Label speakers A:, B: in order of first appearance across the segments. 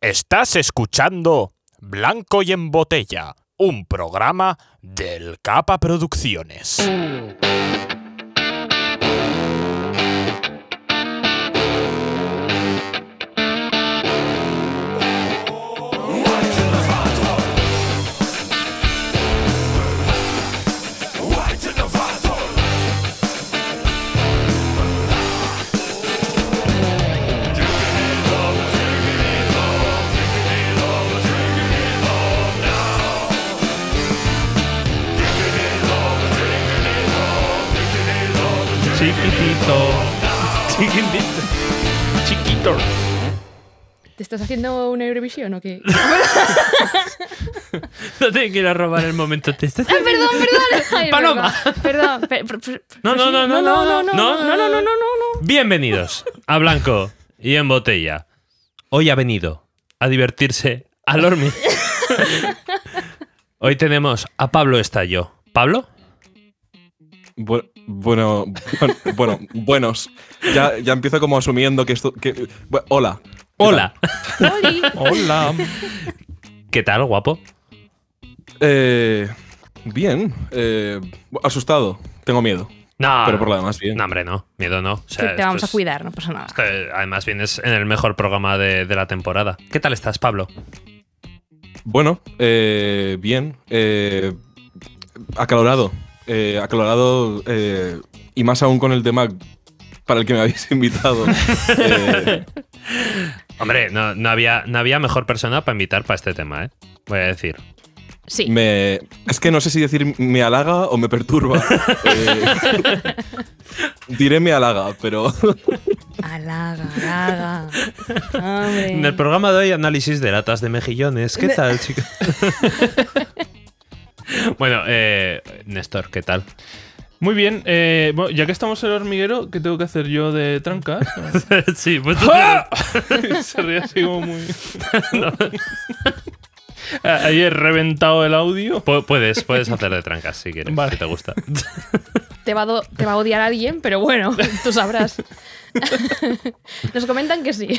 A: Estás escuchando Blanco y en Botella, un programa del Capa Producciones.
B: Chiquitito. Chiquitito. Chiquito.
C: ¿Te estás haciendo una Eurovisión o qué?
B: No te quiero robar el momento. Te estás
C: ¡Ah, perdón, perdón! Ay,
B: Paloma.
C: Perdón. perdón. Per- per- per-
B: No, no,
C: sí,
B: no, no, no,
C: no, no,
B: no,
C: no, no, no, no, no.
B: Bienvenidos a Blanco y en Botella. Hoy ha venido a divertirse al Ormi. Hoy tenemos a Pablo Estallo. ¿Pablo?
D: Bu- Bueno, bueno, bueno, buenos. Ya, ya empiezo como asumiendo que esto. que- bu- hola.
B: Hola.
C: Oli.
B: Hola. ¿Qué tal, guapo?
D: Eh, bien. eh, asustado. Tengo miedo.
B: No.
D: Pero por lo demás, bien.
B: Ah, No, hombre, no. Miedo no. O sea,
C: Sí, te
B: esto
C: vamos a
B: es-
C: cuidar, no pasa nada.
B: esto es- Además, vienes en el mejor programa de, de la temporada. ¿Qué tal estás, Pablo?
D: Bueno, eh, bien. eh, acalorado. eh, acalorado. eh, y más aún con el tema para el que me habéis invitado. Eh,
B: Hombre, no, no había, no había mejor persona para invitar para este tema, ¿eh? Voy a decir.
C: Sí.
D: me, es que no sé si decir me halaga o me perturba. Eh, diré me halaga, pero.
C: Alaga, alaga. Hombre.
B: En el programa de hoy, análisis de latas de mejillones. ¿Qué tal, chicos? bueno, eh, Néstor, ¿qué tal?
E: Muy bien, eh, bueno, ya que estamos en el hormiguero, ¿qué tengo que hacer yo de tranca?
B: sí, pues
E: Se ríe así como muy... Ah, Ahí he reventado el audio.
B: Pu- puedes, puedes hacer de trancas si quieres,
E: Vale.
B: si te gusta.
C: Te, va a do- te va a odiar alguien, pero bueno, tú sabrás. Nos comentan que sí.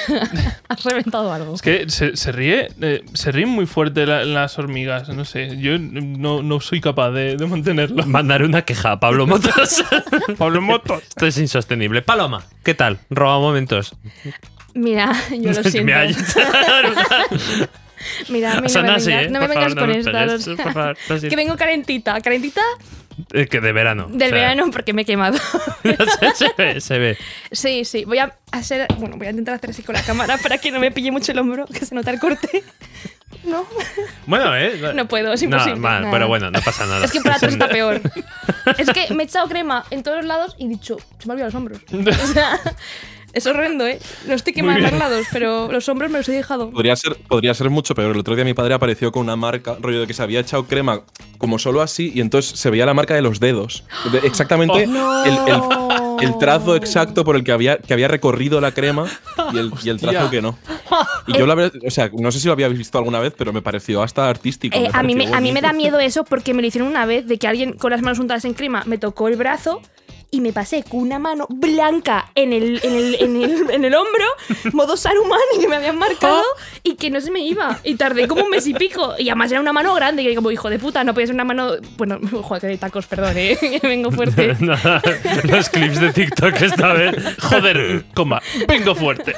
C: Has reventado algo.
E: Es que se, se ríe, eh, se ríen muy fuerte la- las hormigas, no sé, yo no, no soy capaz de, de mantenerlo.
B: Mandar una queja a Pablo Motos.
E: Pablo Motos.
B: Esto es insostenible. Paloma, ¿qué tal? Roba momentos.
C: Mira, yo lo siento.
B: Mira,
C: Mira, a mí no
B: son
C: me
B: así,
C: vengas,
B: ¿eh?
C: no me
B: Por favor,
C: vengas
B: no
C: con
B: me
C: esto.
B: pegues,
C: o sea,
B: por favor, lo siento.
C: que vengo calentita. Calentita
B: Eh, que de verano.
C: del
B: o sea,
C: verano porque me he quemado.
B: se ve, se ve.
C: Sí, sí. Voy a hacer. Bueno, voy a intentar hacer así con la cámara para que no me pille mucho el hombro, que se nota el corte. No.
B: Bueno, ¿eh?
C: No puedo, es imposible.
B: No, mal,
C: Nada.
B: pero bueno, no pasa nada.
C: Es que para atrás está peor. Es que me he echado crema en todos lados y he dicho, se me han olvidado los hombros. O sea, es horrendo, ¿eh? No estoy quemada en los lados, pero los hombros me los he dejado.
D: Podría ser, podría ser mucho peor. El otro día mi padre apareció con una marca, rollo de que se había echado crema como solo así, y entonces se veía la marca de los dedos. De- exactamente
C: Oh,
D: el, el- el trazo exacto por el que había, que había recorrido la crema y el, y el trazo que no. Y yo la verdad, o sea, no sé si lo habíais visto alguna vez, pero me pareció hasta artístico.
C: Eh, a, mí me,
D: pareció
C: a mí me da
D: bonito.
C: miedo eso porque me lo hicieron una vez de que alguien con las manos untadas en crema me tocó el brazo y me pasé con una mano blanca en el, en el, en el, en el hombro, modo Saruman, que me habían marcado
D: Oh.
C: y que no se me iba. Y tardé como un mes y pico. Y además era una mano grande, que como hijo de puta, no podía ser una mano. Bueno, joder, que de tacos, perdón, ¿eh? Vengo fuerte.
B: Nada, los clips de TikTok esta vez. Joder, coma.
E: Vengo fuerte.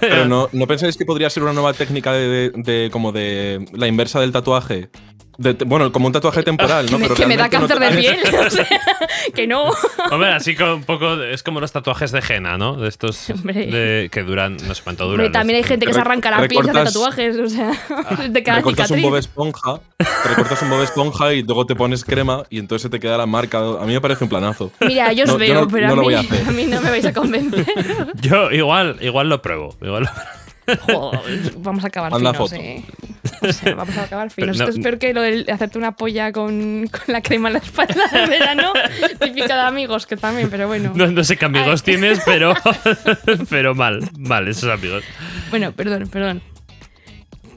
D: Pero no, ¿no pensáis que podría ser una nueva técnica de, de- de- como de la inversa del tatuaje. De- de- bueno, como un tatuaje temporal, ¿no?
C: Me-
D: Pero
C: que me da
D: realmente no te
C: cáncer de
D: parece-
C: piel. o sea, que no.
B: Hombre, así como un poco. de- Es como los tatuajes de Jena, ¿no? De estos
C: Hombre.
B: de- que duran, no sé cuánto duran.
C: Hombre, también hay gente que se
D: Re-
C: arranca la piel y se hace
D: recortas-
C: tatuajes, o sea, de cada
D: recortas un
C: cicatriz.
D: Bob Esponja, te recortas un Bob Esponja y luego te pones crema y entonces se te queda la marca. A mí me parece un planazo.
C: Mira, yo os
D: No, yo
C: veo,
D: no-
C: pero
D: no
C: a,
D: lo
C: mí,
D: voy a hacer.
C: a mí no me vais a convencer.
B: Yo igual, igual lo pruebo. Igual lo-
C: Joder, vamos a acabar
D: Manda
C: finos,
D: foto.
C: eh. O sea, vamos a acabar finos.
B: no-
C: Esto es peor que lo de hacerte una polla con, con la crema en la espalda de verano, típica de amigos, que también, pero bueno.
B: No, no sé qué amigos tienes, pero. pero mal. Mal, esos amigos.
C: Bueno, perdón, perdón.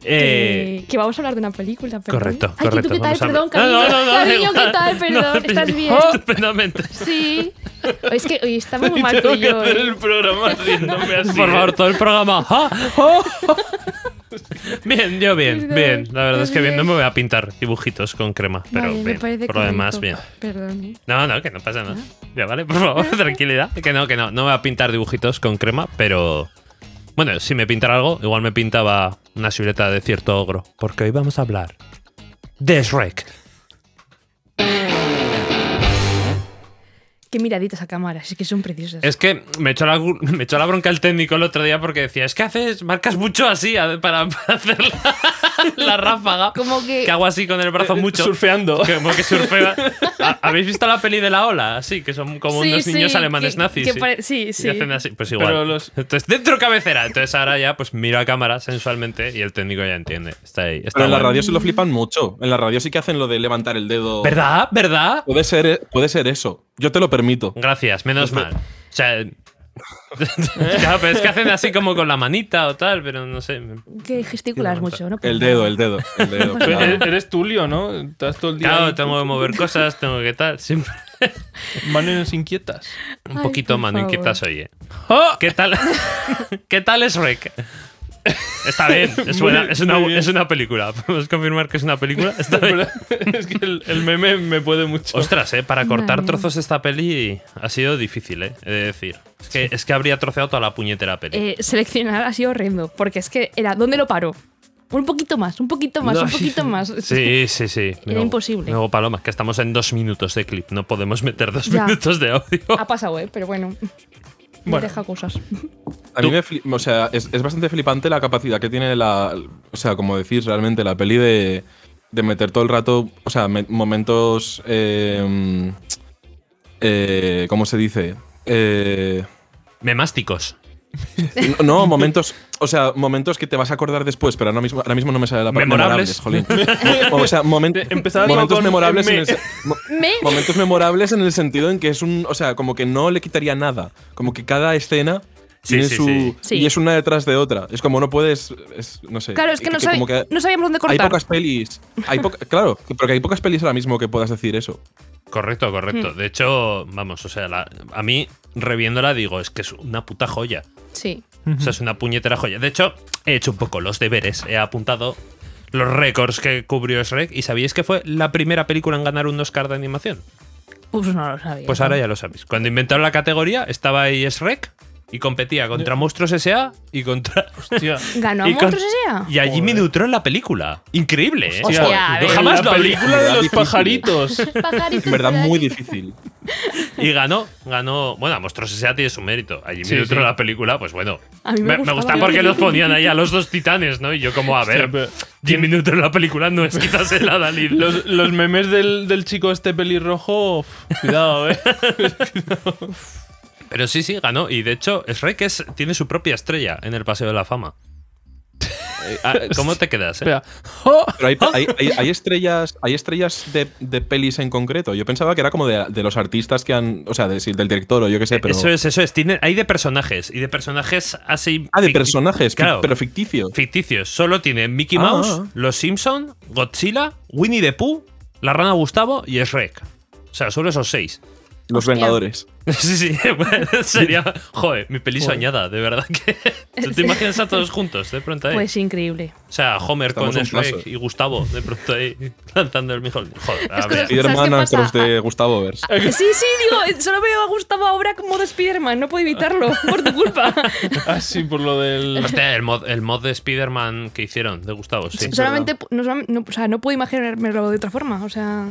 B: Eh,
C: que vamos a hablar de una película, perdón.
B: Correcto,
C: Ay, que
B: correcto.
C: ¿tú qué tal?
B: vamos a-
C: Perdón, cariño.
B: No, no, no, da
C: cariño,
B: igual.
C: ¿qué tal?
B: No, Oh,
C: Perdón,
B: pero-
C: ¿estás bien?
B: Estupendamente.
C: Sí. Es que hoy estamos muy mal
E: Tengo
C: tú y
E: que
C: yo.
E: hacer
C: ¿eh?
E: el programa riéndome así.
B: Por
E: ¿eh?
B: favor, todo el programa. Ah, oh, oh. Bien, yo bien,
C: Perdón,
B: bien. La verdad es que bien, no
C: bien.
B: me voy a pintar dibujitos con crema, pero
C: Vale, me
B: bien.
C: parece
B: Por lo demás, bien.
C: correcto. Perdón. ¿eh?
B: No, no, que no pasa nada. Ya, vale, por favor, tranquilidad. Que no, que no. No me voy a pintar dibujitos con crema, pero. Bueno, si me pintara algo, igual me pintaba una silueta de cierto ogro. Porque hoy vamos a hablar de Shrek.
C: Qué miraditas a cámara, es que son preciosas.
B: Es que me echó, la, gu- me echó la bronca el técnico el otro día porque decía: Es que haces, marcas mucho así a- para, para hacer la, la ráfaga.
C: Como que- Eh,
B: Que hago así con el brazo mucho.
E: Eh, Surfeando.
B: Como que surfea. ¿Ha- ¿Habéis visto la peli de la ola? Sí, que son como
C: Sí,
B: unos niños
C: sí,
B: alemanes
C: que-
B: nazis.
C: que
B: sí.
C: pare- sí,
B: Y
C: sí.
B: hacen así, pues igual.
E: Pero los-
B: Entonces, dentro cabecera. Entonces ahora ya, pues miro a cámara sensualmente y el técnico ya entiende. Está ahí. Está
D: Pero en la
B: bueno.
D: radio se lo flipan mucho. En la radio sí que hacen lo de levantar el dedo.
B: ¿Verdad? ¿Verdad?
D: Puede ser, puede ser eso. Yo te lo permito.
B: Gracias, menos
D: Entonces-
B: mal. O sea. claro, pero es que hacen así como con la manita o tal, pero no sé.
C: que gesticulas
B: Sí,
C: mucho, ¿no?
D: El dedo, el dedo. El dedo
E: Pero eh,
D: claro.
E: eres- Eres Tulio, ¿no? Estás todo el día
B: Claro,
E: ahí,
B: tengo que mover cosas, tengo que tal. Siempre
E: manos inquietas. ¡Oh!
B: un
C: Ay,
B: poquito
C: por
B: mano
C: favor.
B: inquieta soy, eh. ¿Qué tal? ¿Qué tal es Rec? Está bien, es,
E: Muy-
B: buena, es, una,
E: muy bien.
B: es una película. Podemos confirmar que es una película. Está bien.
E: es que el, el meme me puede mucho.
B: Ostras, eh, para cortar
C: Vale.
B: trozos esta peli ha sido difícil, eh, he de decir. Es que, es que habría troceado toda la puñetera peli.
C: Eh, seleccionar ha sido horrendo, porque es que era, ¿dónde lo paró? Un poquito más, un poquito más,
B: No,
C: un poquito más.
B: Sí, sí, sí.
C: Era imposible.
B: Luego, Paloma, que estamos en dos minutos de clip. No podemos meter dos
C: Ya.
B: minutos de audio.
C: Ha pasado, ¿eh? Pero bueno, me
E: Bueno.
C: deja cosas.
D: A mí me fli- o sea, es, es bastante flipante la capacidad que tiene la. O sea, como decís, realmente la peli de, de meter todo el rato. O sea, me- momentos. eh, eh, ¿Cómo se dice? Eh,
B: Memásticos.
D: no, momentos. O sea, momentos que te vas a acordar después, pero ahora mismo, ahora mismo no me sale la palabra.
B: Memorables.
D: jolín. Mo- o sea, momen-
E: Empezaba todo
D: momentos
E: con
D: memorables
E: me.
D: en el se- mo-
C: Me.
D: Momentos memorables en el sentido en que es un. O sea, como que no le quitaría nada. Como que cada escena.
B: Sí,
D: tiene
B: sí,
D: su,
B: sí.
C: Sí.
D: Y es una detrás de otra. Es como no puedes. es- no sé.
C: Claro, es que, no, sabe-
D: como que
C: no sabíamos dónde
D: Hay
C: cortar.
D: pocas pelis. Hay poca- claro, porque hay pocas pelis ahora mismo que puedas decir eso.
B: Correcto,
C: Hmm.
B: correcto. De hecho, vamos, o sea, la- a mí, reviéndola, digo, es que es una puta joya.
C: Sí.
B: O sea, es una puñetera joya. De hecho, he hecho un poco los deberes. He apuntado los récords que cubrió Shrek. ¿Y sabíais que fue la primera película en ganar un Oscar de animación?
C: Pues no lo sabía.
B: Pues ahora ya lo sabéis. Cuando inventaron la categoría, estaba ahí Shrek y competía contra Monstruos S.A. y contra.
E: Hostia.
C: ¿Ganó a Pues
B: y con-
C: Monstruos S.A.?
B: Y allí
E: Joder.
B: Minutron en la película. Increíble, ¿eh?
C: Hostia, a ver.
B: jamás
E: la
B: lo habría-
E: película de
D: Era
E: los
D: difícil.
E: pajaritos.
C: Pajaritos
D: En verdad,
C: por
D: muy
C: aquí.
D: difícil.
B: Y ganó, ganó. Bueno, Monstruos S.A. tiene su mérito. Allí
E: Sí,
B: Minutron
E: sí.
B: en la película, pues bueno.
C: A mí me gustaba.
B: gusta porque los ponían ahí a los dos titanes, ¿no? Y yo, como, a ver,
E: pero-
B: 10 minutos en la película no es quizás el Adalid.
E: Los, los memes del, del chico este pelirrojo. uf, Cuidado, eh.
B: Pero sí, sí, ganó. Y de hecho, Shrek es- tiene su propia estrella en el Paseo de la Fama. Eh, ah, ¿Cómo te quedas? eh?
E: Espera. ¡Oh!
D: Pero
B: Ah.
D: hay, hay- hay- hay estrellas, hay estrellas de, de pelis en concreto. Yo pensaba que era como de, de los artistas que han. O sea, de- sí, del director o yo qué sé, pero.
B: Eh, Eso es, eso es. Tiene- hay de personajes. Y de personajes así.
D: ah, de
B: ficti-
D: personajes, fi-
B: Claro.
D: pero ficticio.
B: ficticios. Solo tiene Mickey
D: Ah.
B: Mouse, Los Simpson, Godzilla, Winnie the Pooh, La Rana Gustavo y Shrek. O sea, solo esos seis.
D: Los Vengadores.
B: Sí, sí, bueno, sería. Joder, mi peli soñada, de verdad que. ¿Tú te imaginas a todos juntos de pronto ahí?
C: Pues increíble.
B: o sea, Homer
D: Estamos
B: con
D: un
B: Shrek
D: paso.
B: y Gustavo de pronto ahí lanzando el mijol. Joder, a
C: Es que
B: ver.
C: los- ¿sabes qué
D: Spider-Man
C: pasa?
D: con los de Gustavo Vers.
C: Sí, sí, digo, solo veo a Gustavo ahora como de Spider-Man, no puedo evitarlo, por tu culpa.
E: Ah, sí, por lo del.
B: Hostia, el mod, el mod de Spider-Man que hicieron de Gustavo, sí.
C: Solamente, no, no- o sea, no puedo imaginármelo de otra forma, o sea,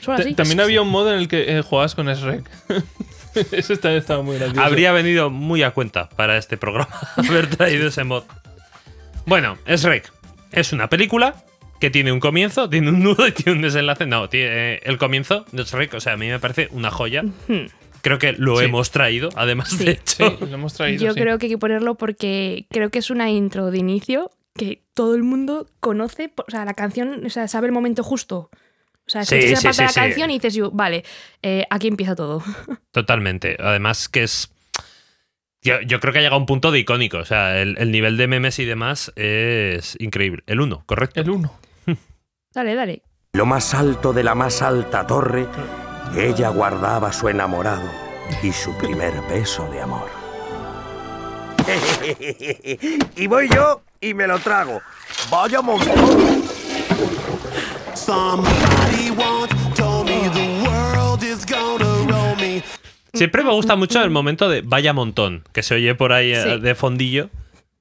C: solo
E: Ta-
C: así.
E: También había un modo en el que eh, jugabas con Shrek. Ese también estaba muy gracioso.
B: Habría venido muy a cuenta para este programa haber traído ese mod. Bueno, es Rec. Es una película que tiene un comienzo, tiene un nudo y tiene un desenlace. No, tiene, eh, el comienzo de Shrek, o sea, a mí me parece una joya. Creo que lo
E: Sí.
B: hemos traído, además de
E: Sí,
B: hecho.
E: lo hemos traído.
C: Yo
E: sí.
C: creo que hay que ponerlo porque creo que es una intro de inicio que todo el mundo conoce, o sea, la canción, o sea, sabe el momento justo. O sea,
B: Sí,
C: escuchas esa
B: sí,
C: parte de
B: sí,
C: la
B: sí.
C: canción y dices, yo, vale, eh, aquí empieza todo.
B: Totalmente. Además que es... Yo, yo creo que ha llegado a un punto de icónico. O sea, el, el nivel de memes y demás es increíble. El 1, correcto.
E: El 1.
C: Dale, dale.
F: lo más alto de la más alta torre, ella guardaba su enamorado y su primer beso de amor. y voy yo y me lo trago. Vaya montón.
G: Somebody once told me the world is gonna roll me.
B: Siempre me gusta mucho el momento de vaya montón, que se oye por ahí eh,
C: Mm, Sí.
B: de fondillo.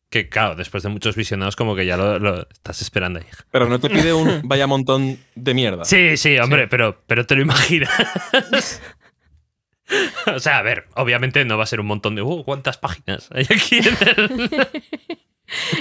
B: Que claro, después de muchos visionados, como que ya lo, lo estás esperando ahí.
D: Pero no te pide un vaya montón de mierda.
B: Sí, sí, hombre, Pero, pero te lo imaginas. o sea, a ver, obviamente no va a ser un montón de. Uh, ¿Cuántas páginas hay aquí? en el-?"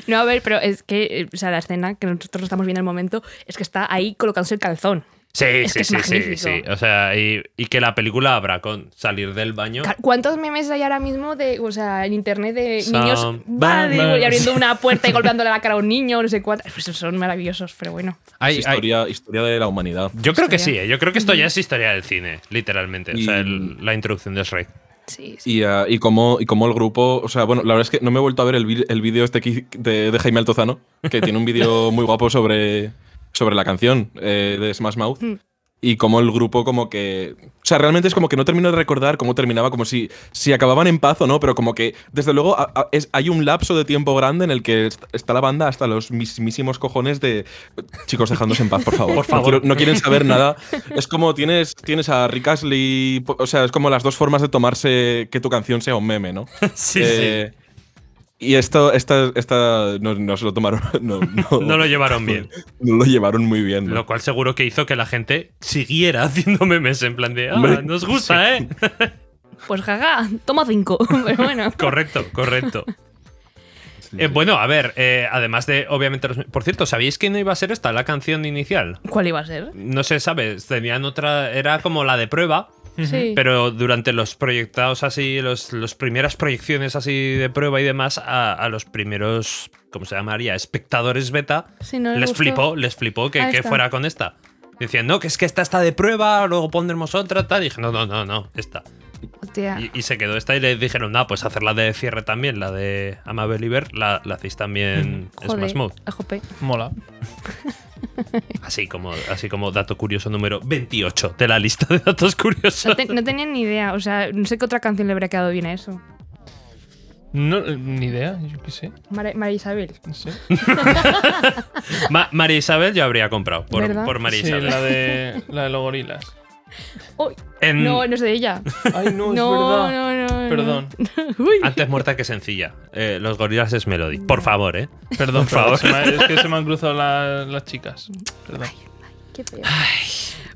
C: No, a ver, pero es que, eh, o sea, la escena que nosotros estamos viendo en el momento es que está ahí colocándose el calzón.
B: Sí,
C: Es que
B: sí, sí,
C: es
B: sí,
C: magnífico.
B: sí. O sea, y, y que la película habrá con salir del baño.
C: Ca- ¿Cuántos memes hay ahora mismo de, o sea, en internet de
B: Son
C: niños va, digo, y abriendo una puerta y golpeándole la cara a un niño, no sé cuántos? Pues son maravillosos, pero bueno.
B: Hay-
D: es
B: hay-
D: historia, historia de la humanidad.
B: Yo creo que sí,
C: Historia.
B: ¿eh? yo creo que esto ya es historia del cine, literalmente. O sea,
D: Y-
B: el- la introducción de Shrek.
C: Sí, sí.
D: Y, ah, y cómo, y cómo el grupo. O sea, bueno, la verdad es que no me he vuelto a ver el, vi- el vídeo este que- de, de Jaime Altozano, que tiene un vídeo muy guapo sobre, sobre la canción eh, de Smash Mouth. Y cómo el grupo, como que. O sea, realmente es como que no termino de recordar cómo terminaba, como si, si acababan en paz o no, pero como que, desde luego, a- a- es- hay un lapso de tiempo grande en el que est- está la banda hasta los mismísimos cojones de. Chicos, dejadnos en paz, por favor.
B: Por
D: No
B: favor.
D: quiero- no quieren saber nada. Es como tienes, tienes a Rick Astley, po- o sea, es como las dos formas de tomarse que tu canción sea un meme, ¿no?
B: Sí,
D: Eh, Y esto, esta, esta no, no se lo tomaron, no, no-
B: sí. No lo llevaron bien.
D: no lo llevaron muy bien. ¿no?
B: Lo cual seguro que hizo que la gente siguiera haciendo memes en plan de. "Ah,
D: Hombre,
B: nos gusta, ¿eh?
C: Pues jaja, toma cinco, pero bueno.
B: Correcto, correcto. Eh, bueno, a ver, eh, además de, obviamente, los- por cierto, ¿sabéis que no iba a ser esta la canción inicial?
C: ¿Cuál iba a ser?
B: No se sabe, tenían otra, era como la de prueba,
C: Sí.
B: pero durante los proyectados así, las los primeras proyecciones así de prueba y demás, a, a los primeros, ¿cómo se llamaría? Espectadores beta,
C: Sí, no les
B: les
C: gustó.
B: flipó, les flipó que,
C: Ahí
B: que
C: está.
B: fuera con esta. Decían, no, que es que esta está de prueba, luego pondremos otra, tal. Y dije, no, no, no, no, esta.
C: Hostia.
B: Y, y se quedó esta y le dijeron, ah, pues hacer la de cierre también, la de Amabel Iber, la, la hacéis también en
C: Joder,
B: Smash Mouth.
C: ajope.
E: Mola.
B: Así como, así como dato curioso número 28 de la lista de datos
C: No,
B: curiosos.
C: te- no tenía ni idea, o sea, no sé qué otra canción le habría quedado bien a eso.
E: No, eh, ni idea, yo qué sé.
C: Mara, Mara Isabel.
E: No sé.
B: Ma- María Isabel yo habría comprado por,
C: ¿Verdad?
B: por María
E: Sí,
B: Isabel.
E: la de, la de los gorilas.
C: Uy,
B: En-
C: No, no es de ella.
E: Ay,
C: No,
E: no, es
C: no,
E: verdad.
C: no, no.
E: Perdón,
C: Uy.
B: Antes muerta que sencilla. Eh, los gorilas es Melody. Por favor, ¿eh?
E: perdón,
B: Por favor.
E: se me ha- es que se me han cruzado la- las chicas. Perdón.
C: Qué feo.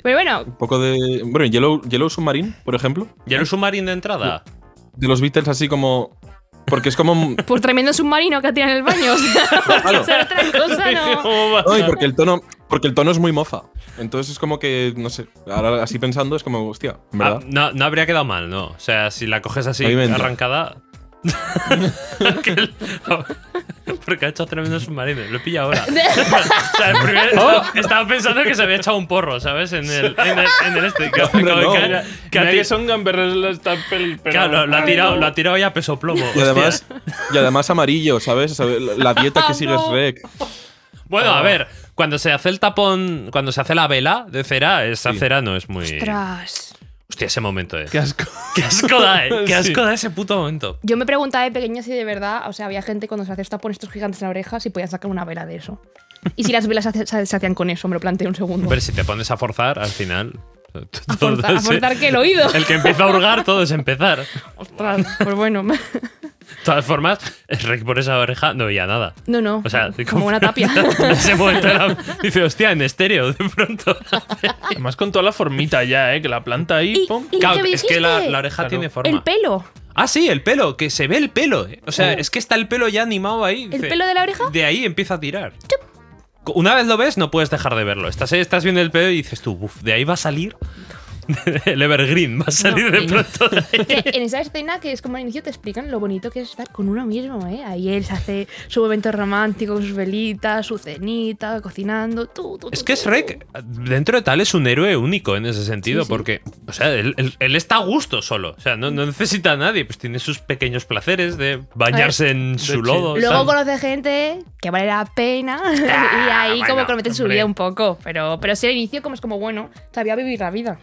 C: Pero bueno,
D: Un poco de. Bueno, Yellow, Yellow Submarine, por ejemplo.
B: ¿Y el submarino de entrada?
D: De los Beatles, así como. Porque es como.
C: pues tremendo submarino que ha tirado en el baño. O sea, porque
D: Claro.
C: hacer otra cosa no.
E: ¿Cómo va?
D: No, y porque el tono. Porque el tono es muy mofa. Entonces es como que, no sé, ahora así pensando es como, hostia, en
B: Ah,
D: ¿verdad?
B: no, no habría quedado mal, ¿no? O sea, si la coges así
D: Ahí vendrá.
B: arrancada. Aquel- Porque ha hecho tremendo submarino. Lo he pillado ahora. O sea, el primer- Estaba pensando que se había echado un porro, ¿sabes? En el, en el, en el este. Que,
D: Hombre,
B: que-
D: no.
B: que-
E: Mira,
B: que
E: mira
B: ha
E: que
B: ti-
E: son gamberras las tal peli, pero-
B: Claro, lo ha
E: Ay,
B: tirado,
E: no.
B: lo ha tirado ya a peso plomo.
D: Y además, y además amarillo, ¿sabes? O sea, la la dieta que sigue es
C: No.
D: rec.
B: Bueno,
E: Ah.
B: a ver, cuando se hace el tapón, cuando se hace la vela de cera, esa
D: Sí.
B: cera no es muy.
C: Ostras.
B: Hostia, ese momento es.
E: Qué asco.
B: Qué asco da, eh. Qué
E: Sí.
B: asco da ese puto momento.
C: Yo me preguntaba de pequeña si de verdad, o sea, había gente cuando se hace esta por estos gigantes en la oreja, si podían sacar una vela de eso. Y si las velas se, hace- se- se hacían con eso, me lo planteé un segundo.
B: Hombre, si te pones a forzar, al final.
C: A forzar,
B: todo
C: a
B: se-
C: forzar que el oído.
B: El que empieza a hurgar, todo es empezar. De
C: Ostras, pues bueno.
B: todas formas, el Rick por esa oreja no veía nada.
C: No, no.
B: O sea,
C: como una tapia.
B: En ese momento era- dice, hostia, en estéreo, de pronto.
E: Además con toda la formita ya, eh, que la planta ahí,
C: Y-
E: pum.
C: y- lo
B: Claro,
C: que me
B: es que la,
C: dijiste?
B: la oreja
E: Claro.
B: tiene forma.
C: El pelo.
B: Ah, sí, el pelo, que se ve el pelo. eh. O sea, es que está el pelo ya animado ahí.
C: Oh. ¿El pelo de la oreja?
B: De ahí empieza a tirar. eh, Una vez lo ves, no puedes dejar de verlo. Estás, estás viendo el pelo y dices tú, uff, de ahí va a salir El Evergreen va a salir
C: No,
B: de
C: y no.
B: pronto. de ahí.
C: Que en esa escena que es como al inicio te explican lo bonito que es estar con uno mismo, ¿eh? Ahí él se hace su momento romántico, con sus velitas, su cenita, cocinando, tú, tú,
B: Es
C: tú,
B: que
C: tú, tú.
B: Shrek, dentro de tal, es un héroe único en ese sentido,
C: Sí, sí.
B: porque, o sea, él, él- él está a gusto solo. O sea, no, no necesita a nadie, pues tiene sus pequeños placeres de bañarse en su
E: chill.
B: lodo. tal.
C: Luego conoce gente que vale la pena y ahí como que lo meten en su
B: Ah, hombre.
C: vida un poco. Pero, pero sí al inicio como es como, bueno, sabía vivir la vida.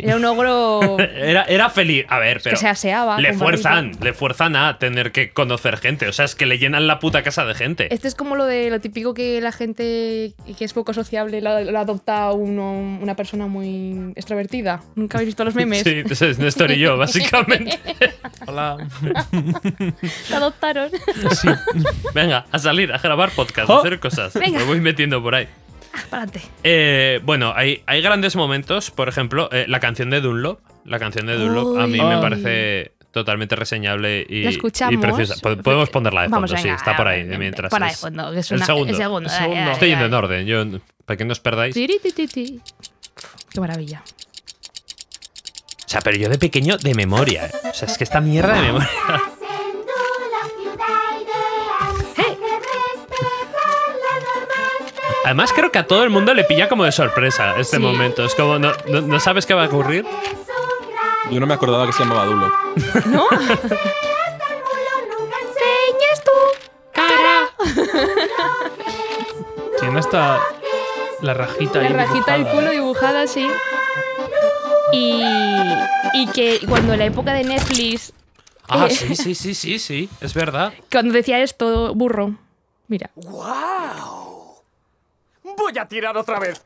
C: Era un ogro
B: Era, era feliz. A ver, pero.
C: Ah, que se aseaba.
B: le
C: con
B: fuerzan,
C: barbijo.
B: le fuerzan a tener que conocer gente. O sea, es que le llenan la puta casa de gente.
C: Este es como lo de lo típico que la gente que es poco sociable lo, lo adopta uno, una persona muy extrovertida. Nunca habéis visto los memes.
B: Sí, ese es Néstor y yo, básicamente.
E: Hola.
C: Te adoptaron.
B: Venga, a salir, a grabar podcast, a
E: Oh.
B: hacer cosas.
C: Venga.
B: Me voy metiendo por ahí.
C: Párate.
B: Eh, bueno, hay, hay grandes momentos. Por ejemplo, eh, la canción de Dunlop. La canción de Dunlop a mí
C: Uy.
B: me parece totalmente reseñable y,
C: La
B: y
C: escuchamos.
B: preciosa. Po- Podemos ponerla de fondo,
C: Vamos,
B: sí,
C: venga,
B: está por ahí.
C: venga,
B: mientras
C: por ahí de
B: es-
C: fondo, que es
B: el
C: una-
B: segundo.
C: el segundo,
E: El
C: dale,
E: segundo.
C: dale,
B: Estoy yendo en
C: dale.
B: orden, yo, para que no os perdáis.
C: Tiritititi. Qué maravilla.
B: O sea, pero yo de pequeño, de memoria. eh. O sea, es que esta mierda de memoria.
H: en tú la ciudad ideal. Hay que respetar la norma.
B: Además, creo que a todo el mundo le pilla como de sorpresa este
C: Sí.
B: momento. Es como, no, no- no sabes qué va a ocurrir.
H: Es un gran
D: Yo no me acordaba que se llamaba Dulo.
H: mulo, nunca enseñas tú.
E: Tiene hasta la rajita
C: La
E: ahí
C: rajita del
E: dibujada,
C: culo
E: ¿eh?
C: dibujada así. Y, y que cuando en la época de Netflix,
B: Ah, sí, sí, sí, sí, sí. Es verdad.
C: cuando decía esto, burro. Mira.
F: ¡Guau! Voy a tirar otra vez.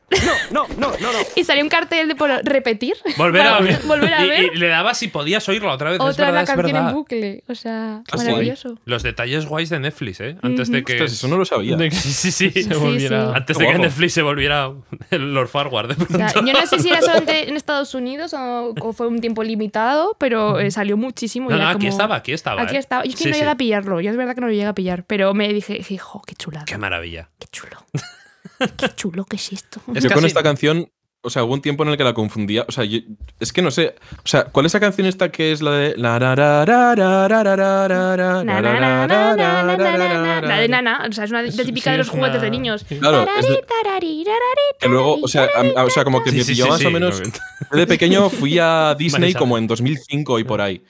F: No, no, no, no, no.
C: Y salió un cartel de por repetir.
B: Volver
C: Para
B: a ver.
C: Volver a
B: Y-
C: ver.
B: Y, le daba si podías oírlo otra vez. es
C: otra
B: verdad,
C: la
B: es
C: canción
B: verdad.
C: en bucle. O sea,
D: Ah, sí.
C: maravilloso.
B: Los detalles guays de Netflix, ¿eh? Antes de que.
D: Ostras, eso no lo sabía.
E: De que
B: Sí, sí, sí.
E: se volviera.
C: sí.
B: Antes de que
D: Guapo.
B: Netflix se volviera el Lord Farward. de
C: O sea,
B: pronto.
C: yo no sé si era solamente en Estados Unidos o, o fue un tiempo limitado, pero eh, salió muchísimo. y
B: No,
C: era
B: no, aquí
C: como-
B: estaba, aquí estaba.
C: Aquí
B: ¿eh?
C: estaba. Yo es que
B: Sí,
C: no
B: sí.
C: llegué a pillarlo. Yo es verdad que no lo llegué a pillar. Pero me dije, dije, jo, qué chulada.
B: Qué maravilla.
C: Qué chulo. Qué chulo que es esto.
B: Es
D: yo con
B: casi-
D: esta canción, o sea, hubo un tiempo en el que la confundía. O sea, yo- es que no sé. O sea, ¿cuál es esa canción esta que es la de. La ra ra ra ra ra ra ra ra ra
C: Na,
D: ra
C: na, na, na,
D: ra ra
C: na, na,
D: ra
C: na, na, na.
D: ra
C: La de
D: ra
C: nana, o sea, es una de-
E: Es-
C: de típica de
E: sí,
C: los
E: es
C: juguetes
E: una-
C: de niños.
E: sí.
D: Claro, es de-
C: Tarari, tarari,
D: que luego, o sea, a- a- o sea, como que
B: Sí,
D: me
B: sí,
D: pilló
B: sí,
D: más
B: sí,
D: o menos.
B: lo que-
D: Yo de pequeño fui a Disney
B: Marisabel.
D: como en 2005 y por ahí.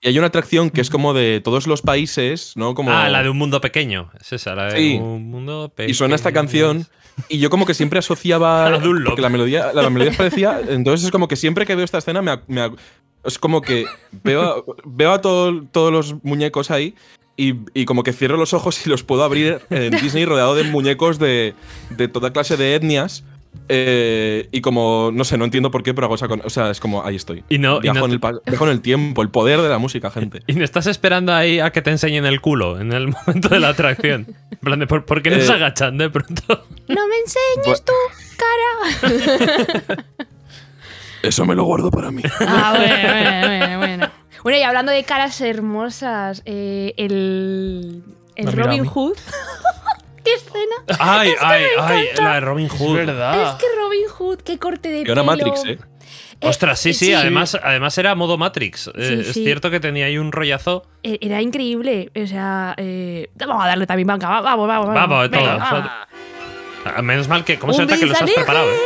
D: Y hay una atracción que es como de todos los países, ¿no? Como
B: Mm. Ah, la de un mundo pequeño. Es esa, la de
D: Sí.
B: un mundo pequeño.
D: Y suena esta canción y yo como que siempre asociaba
B: A Dunlop.
D: porque la melodía la, la melodía es parecida, entonces es como que siempre que veo esta escena me, ac- me ac- es como que veo a, veo a todo- todos los muñecos ahí y, y como que cierro los ojos y los puedo abrir en Disney rodeado de muñecos de, de toda clase de etnias. eh, y como, no sé, no entiendo por qué, pero hago esa con- O sea, es como, ahí estoy.
B: Y no- y
D: Viajo
B: no
D: en
B: te-
D: el pa- viajo en el tiempo, el poder de la música, gente.
B: Y no estás esperando ahí a que te enseñen el culo en el momento de la atracción. En plan de, ¿por, por qué no
D: Eh.
B: se agachan de pronto?
C: No me enseñes tu cara.
D: Eso me lo guardo para mí.
C: Ah, bueno, bueno, bueno, bueno. Bueno, y hablando de caras hermosas, eh, el, el
E: La
C: Robin
E: Mirami.
C: Hood. ¿Qué escena?
B: Ay, ay, ay, la de Robin
E: Es
B: Hood.
E: verdad.
C: Es que Robin Hood, qué corte de
D: Y
C: pelo.
D: ahora
C: eh,
D: Matrix, ¿eh?
B: Ostras, sí, sí,
C: sí.
B: Además, además era modo Matrix. Eh, Es
C: sí.
B: cierto que tenía ahí un rollazo.
C: E- Era increíble. O sea, eh, vamos a darle también banca. va- Vamos, vamos, vamos.
B: Vamos, de todo.
C: venga,
B: Joder.
C: va.
B: Ah, Menos mal que. ¿Cómo
C: Un
B: se nota que los has
C: besadejo.
B: preparado? eh?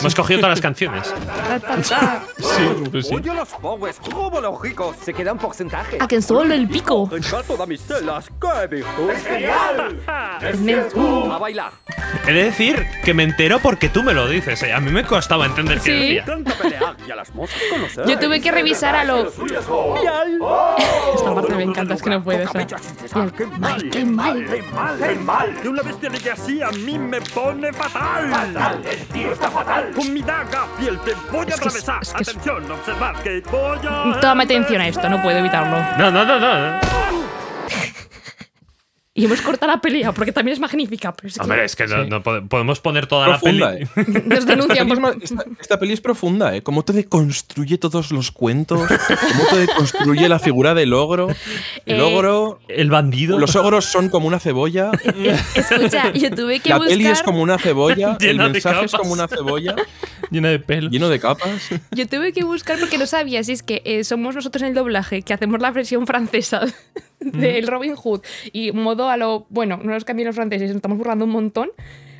B: Hemos cogido todas las canciones.
C: Ta, ta, ta.
E: Sí, pues sí.
F: Oye, los powers, como los ricos, se quedan porcentaje.
C: A que en solo el pico.
F: En gato damiselas, qué viejo.
C: Men-
F: A bailar.
B: He de decir que me entero porque tú me lo dices. eh. A mí me costaba entender qué
C: Sí.
B: decía.
F: Tanta pelea y a las moscas conocer.
C: Yo tuve que revisar a lo. Esta parte me encanta, es que no puedes.
F: ¡Qué mal! ¡Qué mal! ¡Qué mal! ¡Qué mal! Que una bestia llegue así a mí me pone fatal. ¡Fatal! ¡El tío está fatal! Con mi daga fiel te voy a
C: Es que es-
F: atravesar.
C: es que es-
F: Atención, observad que voy a.
C: Toma atención a esto, no puedo evitarlo.
B: No, no, no, no.
C: Y hemos cortado la pelea porque también es magnífica. Pero es que
B: Hombre, es que no, no pode- podemos poner toda la
D: Profunda,
B: peli.
D: ¿eh?
C: nos
D: Esta
C: denuncian
D: peli,
C: por
D: es ma- esta- esta peli es profunda, ¿eh? Cómo te deconstruye todos los cuentos, cómo te deconstruye la figura del ogro. El
C: Eh,
D: ogro.
B: El bandido.
D: Los ogros son como una cebolla.
C: Eh, Escucha, yo tuve que
D: La
C: buscar.
D: peli es como una cebolla. El
B: Llena de
D: mensaje es
B: capas.
D: como una cebolla.
E: llena de pelo.
D: Lleno de capas.
C: Yo tuve que buscar porque no sabía si es que eh, somos nosotros en el doblaje que hacemos la versión francesa del Robin Hood y modo a lo. Bueno, no los cambian los franceses, nos estamos burlando un montón.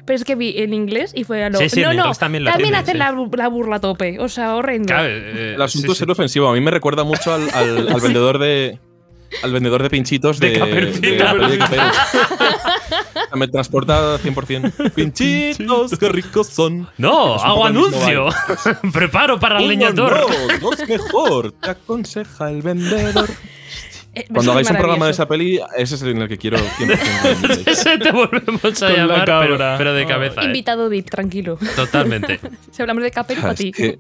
C: Pero es que vi en inglés y fue a lo.
B: Sí, sí,
C: no,
B: en
C: no,
B: inglés también lo tienen,
C: hacen
B: sí.
C: la, bu- la burla a tope. O sea, horrendo.
B: Claro, eh,
D: El asunto
B: sí,
D: es
B: sí.
D: ser ofensivo. A mí me recuerda mucho al, al- al vendedor de. Al vendedor de pinchitos
B: De
D: de.
B: Caperucita.
D: de- de Caperucita. O sea, me transporta 100%. Pinchitos, qué ricos son.
B: No,
D: Es un
B: hago
D: poco el mismo
B: anuncio. Preparo para el
D: Uno
B: leñador.
D: no, dos mejor. Te aconseja el vendedor.
C: Eh, eso es
D: Cuando hagáis un programa de
C: maravilloso.
D: esa peli, ese es en el que quiero 100%.
B: Ese te volvemos a
E: Con la
B: llamar, pero,
E: cabra.
B: pero de
E: Ah.
B: cabeza. eh.
C: Invitado VIP, tranquilo.
B: Totalmente.
C: Si hablamos de Capel, para
D: Ah, es
C: ti.
D: que-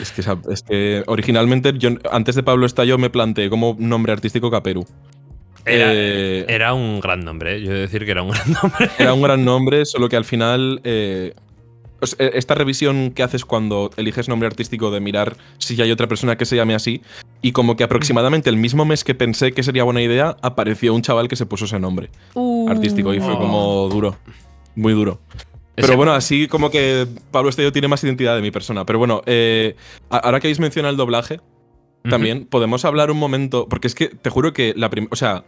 D: es que, esa- es que originalmente, yo, antes de Pablo Estallo, me planteé como nombre artístico Caperu.
B: Era,
D: Eh,
B: era un gran nombre, eh. yo he de decir que era un gran nombre.
D: Era un gran nombre, solo que al final. eh, o sea, e, esta revisión que haces cuando eliges nombre artístico de mirar si hay otra persona que se llame así. Y como que aproximadamente el mismo mes que pensé que sería buena idea, apareció un chaval que se puso ese nombre
C: Uh,
D: artístico y fue como duro. Muy duro.
B: Ese-
D: Pero bueno, así como que Pablo Estello tiene más identidad de mi persona. Pero bueno, eh, a- ahora que habéis mencionado el doblaje, también podemos hablar un momento. Porque es que te juro que la primera. O sea,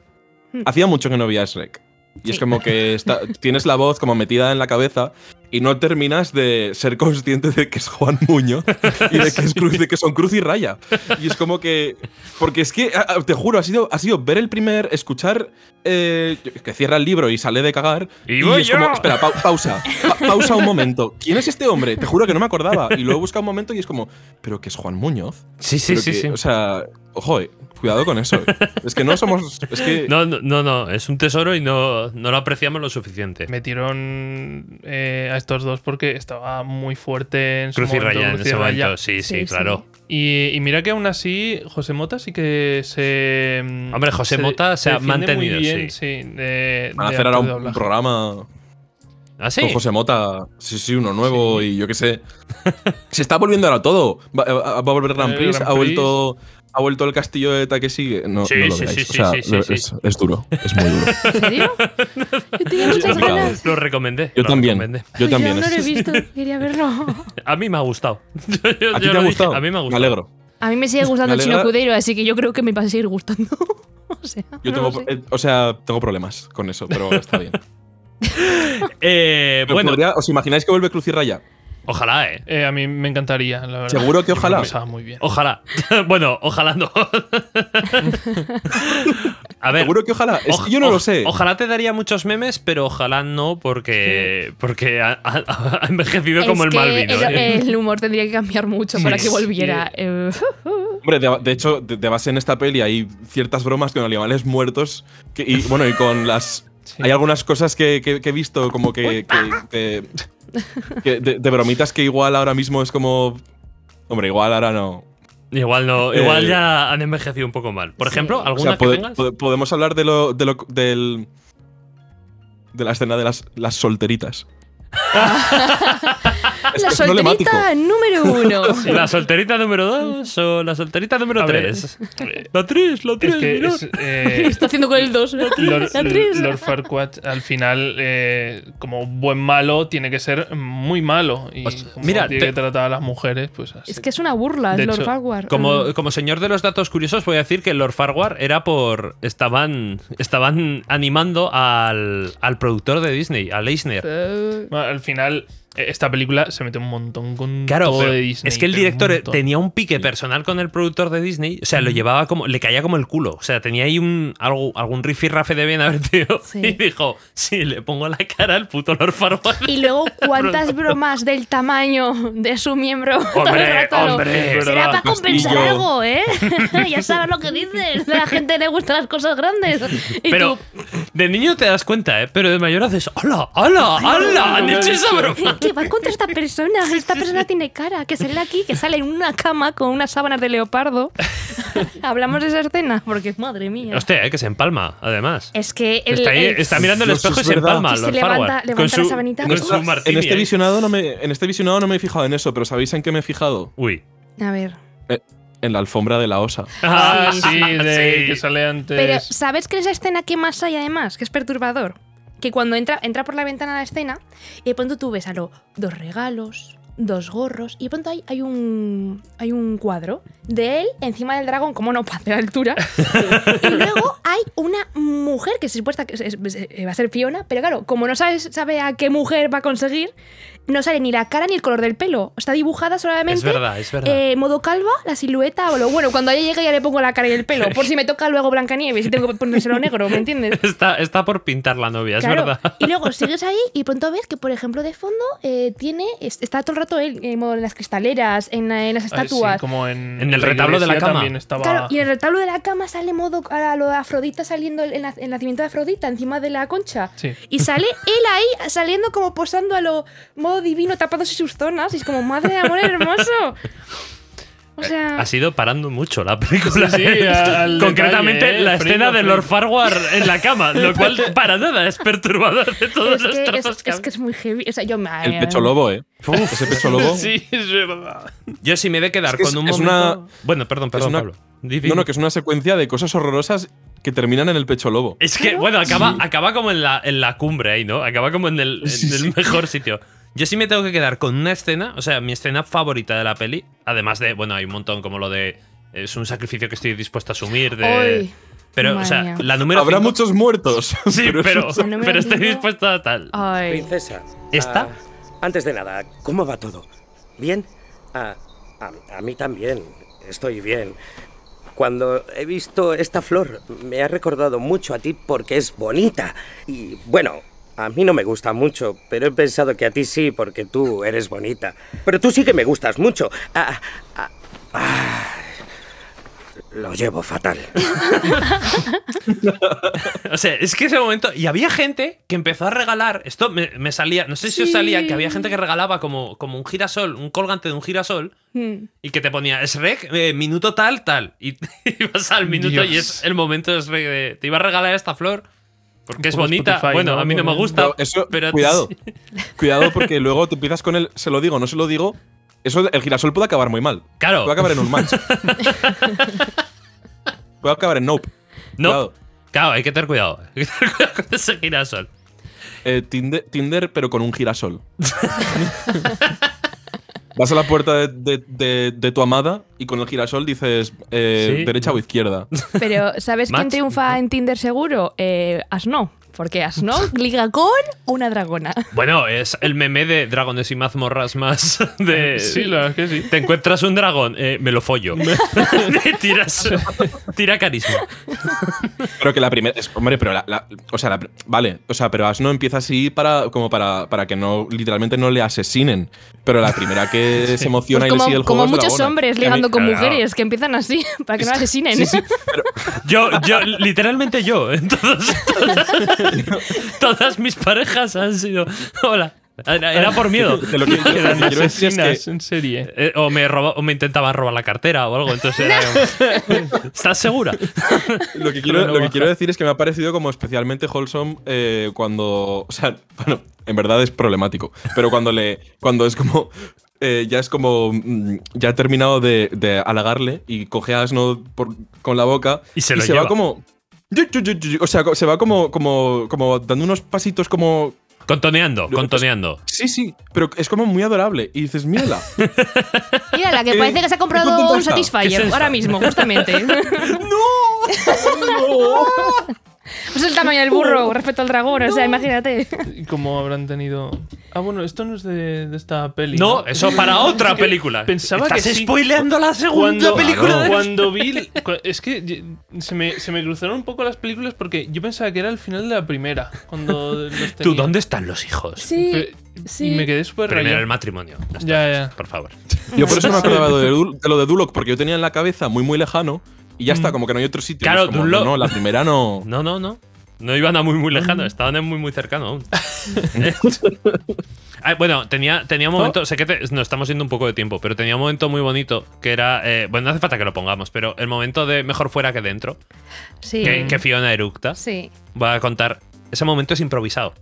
C: Mm.
D: hacía mucho que no veías Shrek. Y es
C: Sí.
D: como que está- tienes la voz como metida en la cabeza y no terminas de ser consciente de que es Juan Muñoz y de que, es cruz, de que son Cruz y Raya. Y es como que. Porque es que, a- a- te juro, ha sido, ha sido ver el primer, escuchar eh, que cierra el libro y sale de cagar.
B: Y voy
D: es como,
B: yo.
D: espera, pa- pausa, pa- pausa un momento. ¿Quién es este hombre? Te juro que no me acordaba. Y luego busca un momento y es como, ¿pero que es Juan Muñoz?
B: Sí, sí,
D: Pero
B: sí,
D: que-
B: sí.
D: O sea, ojo, eh, cuidado con eso. eh. Es que no somos. Es que.
B: No, no, no, no, es un tesoro y no, no lo apreciamos lo suficiente.
E: Metieron eh, a estos dos porque estaba muy fuerte en su
B: Cruz y
E: momento.
B: Raya en
E: Cruz y
B: ese
E: Raya.
B: momento, sí, sí,
C: Sí, sí.
B: claro.
E: Y, y mira que aún así, José Mota sí que se. mm,
B: Hombre, José Mota se ha
E: defiende muy
B: mantenido,
E: bien,
B: sí.
E: de-
D: Van a
E: de
D: hacer ahora
E: actor
D: un
E: de doblaje.
D: programa
B: ¿Ah, sí?
D: con José Mota. Sí, sí, uno nuevo y yo qué sé. Se está volviendo ahora todo. Va, va- va a volver Grand
E: Eh,
D: Prix,
E: Grand
D: ha vuelto. Ha vuelto el castillo de Takesigue. No,
B: Sí,
D: no lo
B: sí,
D: veáis.
B: sí, sí,
D: O sea,
B: sí, sí, sí.
D: Es, es duro, es muy duro.
C: ¿En serio? Yo tenía muchas
D: Complicado.
C: ganas. Pues
B: Lo recomendé.
D: Yo
B: lo
D: también.
B: recomendé.
D: Yo también.
C: Yo no lo he
D: es-
C: visto, quería verlo.
B: A mí me ha gustado. Yo- yo-
D: ¿A ti
B: yo
D: te ha
B: lo dije,
D: gustado?
B: A mí me ha
D: Me
B: gustado.
D: alegro.
C: A mí me sigue
D: Me
C: gustando el
D: alegra-
C: chino Cudeiro, así que yo creo que me va a seguir gustando. o sea,
D: Yo
C: no lo
D: tengo,
C: sé.
D: eh, o sea, tengo problemas con eso, pero está bien.
B: Eh,
D: Pero
B: bueno,
D: podría- ¿Os imagináis que vuelve Cruz y Raya?
B: ojalá, eh.
E: Eh, a mí me encantaría, la verdad.
D: Seguro que
E: Yo me
D: ojalá.
E: lo pasaba muy bien.
B: Ojalá. bueno, ojalá no. a ver.
D: Seguro que ojalá. Es
B: Oj-
D: que yo no lo
B: oj-
D: sé.
B: Ojalá te daría muchos memes, pero ojalá no, porque, porque ha, ha- ha envejecido como
C: Es
B: el mal
C: que
B: vino.
C: el,
B: ¿eh?
C: el humor tendría que cambiar mucho para que volviera. eh,
D: Hombre, de, de hecho, de, de base en esta peli hay ciertas bromas con animales muertos. que- y bueno, y con las. Hay algunas cosas que, que- que he visto como que.
C: ah.
D: que- que- que de, de bromitas que igual ahora mismo es como. Hombre, igual ahora no.
B: Igual no,
D: Eh,
B: igual ya han envejecido un poco mal. Por
C: sí.
B: ejemplo,
D: O
B: alguna
D: sea, pode-
B: que tengas.
D: pode- podemos hablar de lo, de lo- del. De la escena de las, las solteritas. Es
C: ¡Ah! La
D: que es problemático.
C: solterita número uno.
B: La solterita número 2 o la solterita número
E: A ver,
B: 3. La 3, la 3,
E: Es que es, eh,
C: Está haciendo con el dos. La
E: Lord,
C: actriz.
E: Lord Farquaad al final, eh, como buen malo, tiene que ser muy malo. Y
B: Pues,
E: como
B: mira,
E: tiene
B: te-
E: que tratar a las mujeres, pues así.
C: Es que es una burla,
E: De
C: es Lord
E: hecho,
C: Farquhar.
B: Como, como señor de los datos curiosos, voy a decir que Lord Farquhar era por. Estaban, estaban animando al, al productor de Disney, a Eisner.
C: Eh,
E: Bueno, al final, eh, esta película se mete un montón con
B: Claro,
E: todo
B: pero
E: de Disney.
B: es que el
E: pero un
B: director
E: montón.
B: tenía un pique personal con el productor de Disney, o sea, lo llevaba como, le caía como el culo, o sea, tenía ahí un algo, algún rifirrafe de bien a ver, tío,
C: Sí.
B: y dijo, sí, le pongo la cara al puto Lord Farquaad.
C: Mm. Y luego, ¿cuántas bromas del tamaño de su miembro? Todo el
B: Hombre,
C: rato lo-
B: hombre, es
C: Será para compensar
D: Castillo.
C: algo, ¿eh? ya sabes lo que dices. A la gente le gustan las cosas grandes. Y
B: Pero
C: tú,
B: de niño te das cuenta, ¿eh? Pero de mayor haces, ¡hala, hala, hala! ¡Han hecho esa broma!
C: ¿Qué va contra esta persona? Esta persona tiene cara. Que sale aquí, que sale en una cama con unas sábanas de leopardo. Hablamos de esa escena, porque madre mía.
B: Hostia, ¿eh? que se empalma, además.
C: Es que el,
B: está, ahí-
C: el-
B: está mirando el
D: Dios,
B: espejo y
D: es
B: se
D: verdad.
B: empalma,
C: Sí,
B: Lord
C: levanta-
B: Farquaad.
C: levanta
B: Con
C: la
B: su,
C: sabanita.
B: con
C: Es
B: su
C: verdad.
B: martini,
D: en, este
B: ¿eh?
D: visionado no me, en este visionado no me he fijado en eso, pero ¿sabéis en qué me he fijado?
B: Uy.
C: A ver.
D: En la alfombra de la osa.
E: Ah,
C: Sí,
E: sí,
B: sí.
E: de
B: Sí.
E: que sale antes.
C: Pero ¿sabes qué es la escena que más hay además? Que es perturbador. Que cuando entra, entra por la ventana la escena y de pronto tú ves a lo dos regalos, dos gorros. Y de pronto hay, hay, un, hay un cuadro de él encima del dragón, como no, para hacer altura. y luego hay una mujer que se supuesta que es- es- es- va a ser Fiona, pero claro, como no sabes, sabe a qué mujer va a conseguir, no sale ni la cara ni el color del pelo. Está dibujada solamente.
B: Es verdad, es verdad.
C: eh, modo calva, la silueta o lo bueno. Cuando ella llegue ya le pongo la cara y el pelo. Por si me toca luego Blancanieves y tengo que ponérselo negro, ¿me entiendes?
B: Está, está por pintar la novia,
C: Claro.
B: es verdad.
C: Y luego sigues ahí y pronto ves que, por ejemplo, de fondo eh, tiene es- está todo el rato él en modo en las cristaleras, en, la- en las
E: Ah, sí,
C: estatuas.
E: como en,
B: En el retablo de la
E: iglesia
B: cama.
E: También estaba...
C: Claro, y en el retablo de la cama sale modo a lo de Afrodita saliendo el, el nac- el nacimiento de Afrodita encima de la concha.
E: Sí.
C: Y sale él ahí saliendo como posando a lo modo divino, tapándose sus zonas. Y es como, madre de amor hermoso. O sea,
B: Ha sido parando mucho la película.
E: Sí, sí,
B: ¿eh?
E: al
B: Concretamente
E: detalle, ¿eh?
B: la
E: Frío,
B: escena de
E: frío.
B: Lord Farquhar en la cama, lo cual para nada es perturbador de todos
C: es
B: los
C: que, es,
B: trozos que
C: es que es muy heavy. O sea, yo me.
D: El pecho lobo, ¿eh? Ese pecho lobo.
E: Sí, es verdad.
B: Yo sí me he de quedar
D: Es que es-
B: con un
D: es
B: momento-
D: una-
B: Bueno, perdón, perdón,
D: una-
B: Pablo. Di- di-
D: No, no, que es una secuencia de cosas horrorosas que terminan en el pecho lobo.
B: Es que, bueno, acaba, acaba como en la, en la cumbre ahí, ¿no? Acaba como en el, en
E: Sí,
B: el
E: sí.
B: mejor sitio. Yo sí me tengo que quedar con una escena, o sea, mi escena favorita de la peli, además de, bueno, hay un montón como lo de es un sacrificio que estoy dispuesto a asumir de
C: Ay,
B: pero o
C: madre
B: sea,
C: mía.
B: la número
D: Habrá
B: cinco-
D: muchos muertos.
B: Sí,
D: es
B: pero,
C: La número
B: pero estoy
C: cinco-
B: dispuesta a tal.
C: Ay.
I: Princesa.
B: ¿Está?
I: ah, antes de nada, ¿cómo va todo? ¿Bien? Ah, a, a mí también. Estoy bien. Cuando he visto esta flor, me ha recordado mucho a ti porque es bonita. Y bueno, a mí no me gusta mucho, pero he pensado que a ti sí porque tú eres bonita. Pero tú sí que me gustas mucho. Ah, ah, ah. lo llevo fatal.
B: O sea, es que ese momento. Y había gente que empezó a regalar. Esto me, me salía. No sé si os salía que había gente que regalaba como, como un girasol, un colgante de un girasol.
C: Mm.
B: Y que te ponía Shrek, eh, minuto tal, tal. Y ibas al minuto y
E: Dios.
B: es el momento de Shrek de, Te iba a regalar esta flor porque
E: Un
B: es
E: poco
B: bonita.
E: Spotify,
B: bueno,
E: ¿no?
B: a mí no me
E: También.
B: gusta.
D: Pero eso,
B: pero
D: cuidado. Cuidado porque luego te empiezas con el se lo digo, no se lo digo. Eso, el girasol puede acabar muy mal.
B: Claro.
D: Puede acabar en un match. puede acabar en nope.
B: No.
D: Cuidado.
B: Claro, hay que tener cuidado. Hay que tener cuidado con ese girasol.
D: Eh, Tinder, Tinder, pero con un girasol. Vas a la puerta de, de- de- de tu amada y con el girasol dices eh,
B: Sí.
D: derecha o izquierda.
C: Pero ¿sabes quién
B: Match.
C: triunfa en Tinder seguro? Eh, Asno. Porque Asno liga con una dragona.
B: Bueno, es el meme de dragones y mazmorras más de.
E: Eh, Sí, la verdad es que sí.
B: Te encuentras un dragón, eh, me lo follo. Tiras, tira carisma.
D: Pero que la primera. es- Hombre, pero la. la- o sea, la pr- vale. O sea, pero Asno empieza así para. como para, para que no. literalmente no le asesinen. Pero la primera que se emociona
C: Pues
D: y le sigue
C: como
D: el juego.
C: como
D: es
C: muchos
D: Dragona.
C: hombres
D: Y a mí-
C: ligando con
B: claro.
C: mujeres que empiezan así para que no asesinen.
D: Sí, sí, pero-
B: Yo, yo, literalmente yo. Entonces, todas, todas mis parejas han sido. Hola. Era, era por miedo.
D: de lo que, de lo que quiero decir es que-
E: Asesinas en serie.
B: Eh, o, me roba- o me intentaban robar la cartera o algo. Entonces era. como, ¿Estás segura?
D: Lo que, quiero,
E: no
D: lo que
E: baja.
D: quiero decir es que me ha parecido como especialmente wholesome eh, cuando. O sea, bueno, en verdad es problemático. Pero cuando le. Cuando es como. eh, ya es como. mm, Ya ha terminado de, de halagarle y coge a Asno por- con la boca.
B: Y se lo
D: va
B: lleva.
D: como. yu, yu, yu, yu, yu, O sea, co- se va como, como, como dando unos pasitos como.
B: Contoneando,
E: pues,
B: contoneando.
D: Sí, sí, pero es como muy adorable. Y dices, mírala.
C: Mira, la que
D: Eh,
C: parece que se ha
D: ¿qué
C: comprado
D: contenta?
C: un
B: ¿Qué
C: Satisfyer
B: es eso?
C: ahora mismo, justamente. ¡No! Es Pues el tamaño del burro respecto al dragón, o sea, imagínate.
E: ¿Y cómo habrán tenido...? Ah, bueno, esto no es de, de esta peli.
B: No, eso para otra película.
E: Pensaba
B: Estás
E: que sí.
B: spoileando la segunda película de-
E: cuando vi cua- es que ye- se me, se me cruzaron un poco las películas porque yo pensaba que era el final de la primera cuando los
B: ¿Tú
E: tenía.
B: dónde están los hijos?
E: Pe-
C: sí.
E: y me quedé súper
B: Primero
E: rayado.
B: el matrimonio. No está,
E: Ya, ya.
B: Por favor.
D: Yo por eso no me acordaba de, Dul- de lo de Duloc, porque yo tenía en la cabeza muy, muy lejano. Y ya está, como que no hay otro
B: Mm.
D: sitio.
B: Claro,
D: Es como,
B: Duloc-
D: No, no, la primera no.
B: No, no, no. No iban a muy muy lejano,
E: Mm.
B: estaban en muy muy cercano aún. Ah, bueno, tenía, tenía un momento, sé que te- nos estamos yendo un poco de tiempo, pero tenía un momento muy bonito que era, eh, bueno, no hace falta que lo pongamos, pero el momento de mejor fuera que dentro,
C: Sí.
B: que,
E: Mm.
B: que Fiona eructa,
C: Sí.
B: va a contar, ese momento es improvisado.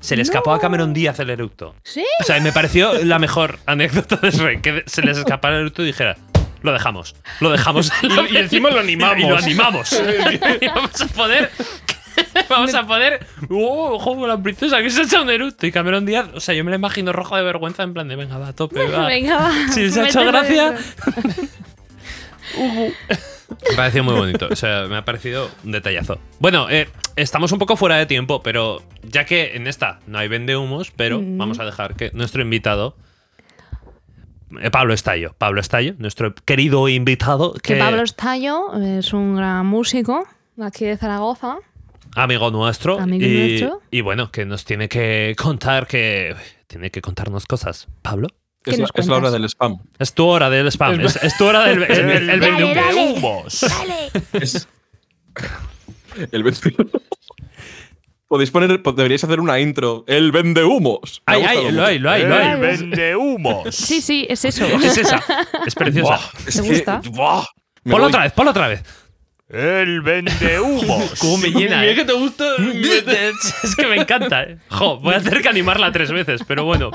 B: Se le escapó a Cameron Díaz el eructo.
C: Sí.
B: O sea, y me pareció la mejor anécdota de Shrek, que se les escapara el eructo y dijera, lo dejamos, lo dejamos.
E: Y- y encima lo
B: Y lo
E: animamos.
B: animamos. Y vamos a poder Vamos a poder. ¡Oh, ojo con la princesa que se ha echado un eructo! Y Cameron Díaz, o sea, yo me la imagino roja de vergüenza, en plan de venga, va, a tope, va.
C: Venga, va.
B: Si les ha hecho
C: mételo
B: gracia.
C: dentro.
B: Me ha parecido muy bonito. O sea, me ha parecido un detallazo. Bueno, eh, estamos un poco fuera de tiempo, pero ya que en esta no hay vendehumos, pero
J: Mm.
B: vamos a dejar que nuestro invitado. eh, Pablo Estallo, Pablo Estallo, nuestro querido invitado, que,
J: Que Pablo Estallo eh, es un gran músico aquí de Zaragoza.
B: amigo nuestro,
J: Amigo
B: y,
J: nuestro.
B: y bueno, que nos tiene que contar que tiene que contarnos cosas. Pablo,
J: ¿Qué
D: Es la,
J: nos
D: es la hora
J: cuentas?
D: del spam.
B: es tu hora del spam, es, es tu hora del el, el- el
C: Dale,
B: vendehumo.
C: dale.
A: Humos.
C: Dale.
D: Es- el vende Podéis poner, po- deberíais hacer una intro. El vende humos.
B: Ay, ay, lo hay, lo hay, lo hay.
A: El vende humos.
J: Sí, sí, es eso.
B: Es esa, es preciosa.
D: Es
J: ¿Te gusta?
D: ¡buah! Me
B: Ponlo
D: voy.
B: otra vez, ponlo otra vez.
A: El vende humos.
B: Cómo me llena,
E: Mira
B: eh.
E: que te gusta.
B: Es que me encanta, eh. Jo, voy a tener que animarla tres veces, pero bueno.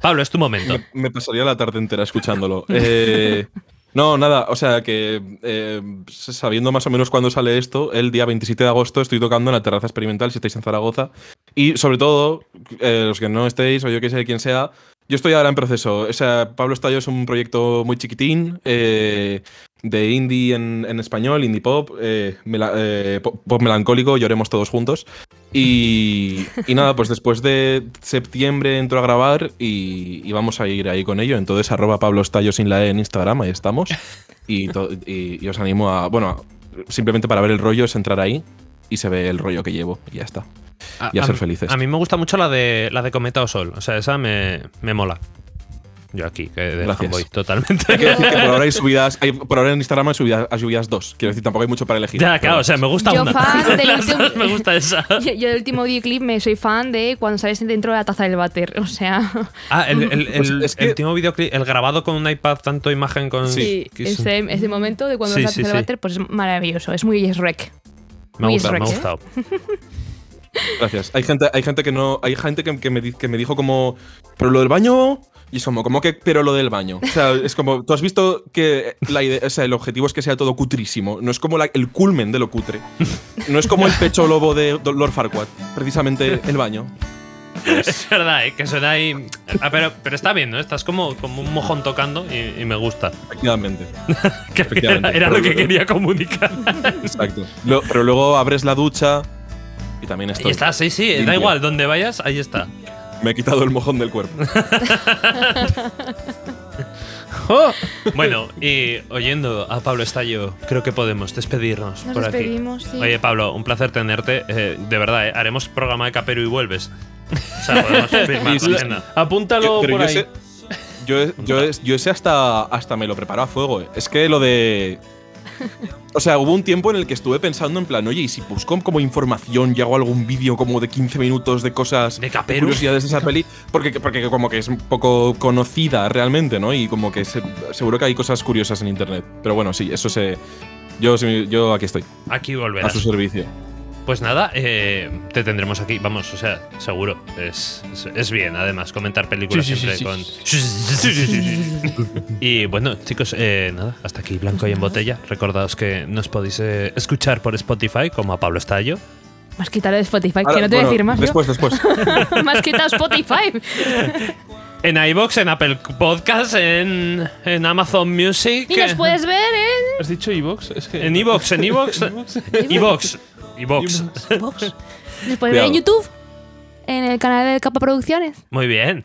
B: Pablo, es tu momento.
D: Me pasaría la tarde entera escuchándolo. Eh, no, nada, o sea que eh, sabiendo más o menos cuándo sale esto, el día 27 de agosto estoy tocando en la terraza experimental si estáis en Zaragoza. Y sobre todo, eh, los que no estéis o yo que sé quién sea, yo estoy ahora en proceso. O sea, Pablo Estallo es un proyecto muy chiquitín eh, de indie en, en español, indie pop, eh, mela- eh, pop, pop melancólico, lloremos todos juntos. Y, y nada, pues después de septiembre entro a grabar y, y vamos a ir ahí con ello. Entonces, arroba Pablo Estallo sin la E en Instagram, ahí estamos. Y, to- y- y os animo a. Bueno, simplemente para ver el rollo es entrar ahí y se ve el rollo que llevo y ya está. Y a ser felices.
B: A mí me gusta mucho la de la de Cometa o Sol. O sea, esa me, me mola. Yo aquí, que de
D: Gracias.
B: fanboy, totalmente.
D: Hay que decir que por ahora hay subidas. hay- por ahora en Instagram hay subidas, hay subidas dos. Quiero decir, tampoco hay mucho para elegir.
B: Ya, claro, o sea, me gusta
J: Yo
B: una.
J: fan del
B: Las dos
J: último-
B: me gusta esa.
J: Yo, yo del último videoclip me soy fan de cuando sales dentro de la taza del váter. O sea,
B: Ah, el, el- el-
D: Pues es que-
B: el último videoclip, el grabado con un iPad, tanto imagen con.
J: sí,
B: que es-
J: ese, ese momento de cuando
B: Sí,
J: sales
B: sí,
J: de la taza
B: sí.
J: del váter, pues es maravilloso. Es muy Shrek.
B: me ha
J: muy
B: gustado, me ha
J: Shrek, ¿eh?
B: gustado.
D: Gracias. Hay gente, hay gente que no. Hay gente que, que me, di- que me dijo como. Pero lo del baño. Y es como, como que, pero lo del baño. O sea, es como, tú has visto que la idea, o sea, el objetivo es que sea todo cutrísimo. No es como la- el culmen de lo cutre. No es como el pecho lobo de Lord Farquaad. Precisamente el baño.
B: Es verdad, ¿eh? que suena ahí. Ah, pero, pero está bien, ¿no? Estás como, como un mojón tocando y, y me gusta.
D: Efectivamente.
B: Creo que era,
D: Efectivamente.
B: era lo que
D: Pero-
B: quería comunicar.
D: Exacto. Lo- pero luego abres la ducha. Y también esto.
B: Y está, sí, sí, da
D: Limpio.
B: igual, donde vayas, ahí está.
D: Me he quitado el mojón del cuerpo.
E: ¡Oh!
B: Bueno, y oyendo a Pablo Estallo, creo que podemos despedirnos
C: Nos
B: por
C: despedimos,
B: aquí.
C: sí.
B: Oye, Pablo, un placer tenerte. eh, de verdad, eh, haremos programa de Capero y vuelves. O sea, podemos firmar
D: Sí, sí.
B: la agenda.
E: Apúntalo
D: Yo- pero
E: por
D: yo
E: ahí.
D: sé- yo, yo- yo sé hasta, hasta me lo preparo a fuego. eh. Es que lo de. O sea, hubo un tiempo en el que estuve pensando en plan, oye, y si busco como información y hago algún vídeo como de 15 minutos de cosas,
B: ¿De Capero?
D: curiosidades de esa peli, porque, porque como que es un poco conocida realmente, ¿no? Y como que se- seguro que hay cosas curiosas en internet. Pero bueno, sí, eso se. Yo, sí- yo aquí estoy,
B: Aquí
D: a su
B: volverás.
D: servicio.
B: Pues nada, eh, te tendremos aquí. Vamos, o sea, seguro. Es, es, es bien, además, comentar películas
E: Sí, sí,
B: siempre
E: sí,
B: con.
E: sí,
B: Y bueno, chicos, eh, nada, hasta aquí Blanco y en Botella. Recordaos que nos podéis eh, escuchar por Spotify, como a Pablo Estallo.
J: Más quitado de Spotify,
D: Ahora,
J: que no te voy a
D: bueno,
J: decir más. yo.
D: Después, después.
J: Más quitado Spotify.
B: En iBox, en Apple Podcast, en, en Amazon Music. eh,
J: Y nos puedes ver en.
E: ¿Has dicho Evox? Es que.
B: En iBox, en iBox. iBox. iBox.
J: Nos puedes ver en
D: Cuidado.
J: YouTube. En el canal de Capa Producciones.
B: Muy bien.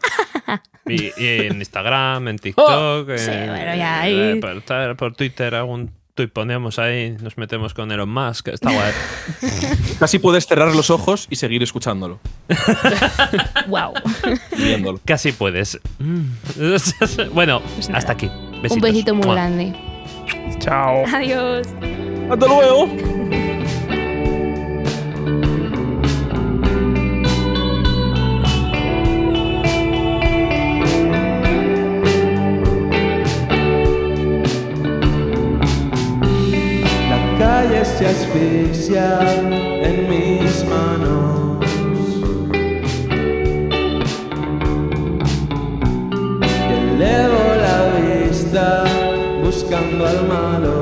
B: Y, y en Instagram, en TikTok. en-
J: Oh, sí, bueno, ya ahí.
B: eh, por, tal- por Twitter, algún tuit ponemos ahí, nos metemos con Elon Musk. Está guay.
D: Casi puedes cerrar los ojos y seguir escuchándolo,
J: ¡Wow!
D: y viéndolo.
B: Casi puedes. Mm. bueno, hasta aquí. Besitos.
J: Pues Un besito muy
B: Mua.
J: grande.
E: Chao.
J: Adiós.
D: ¡Hasta luego!
G: La calle se asfixia en mis manos. Y elevo la vista buscando al malo.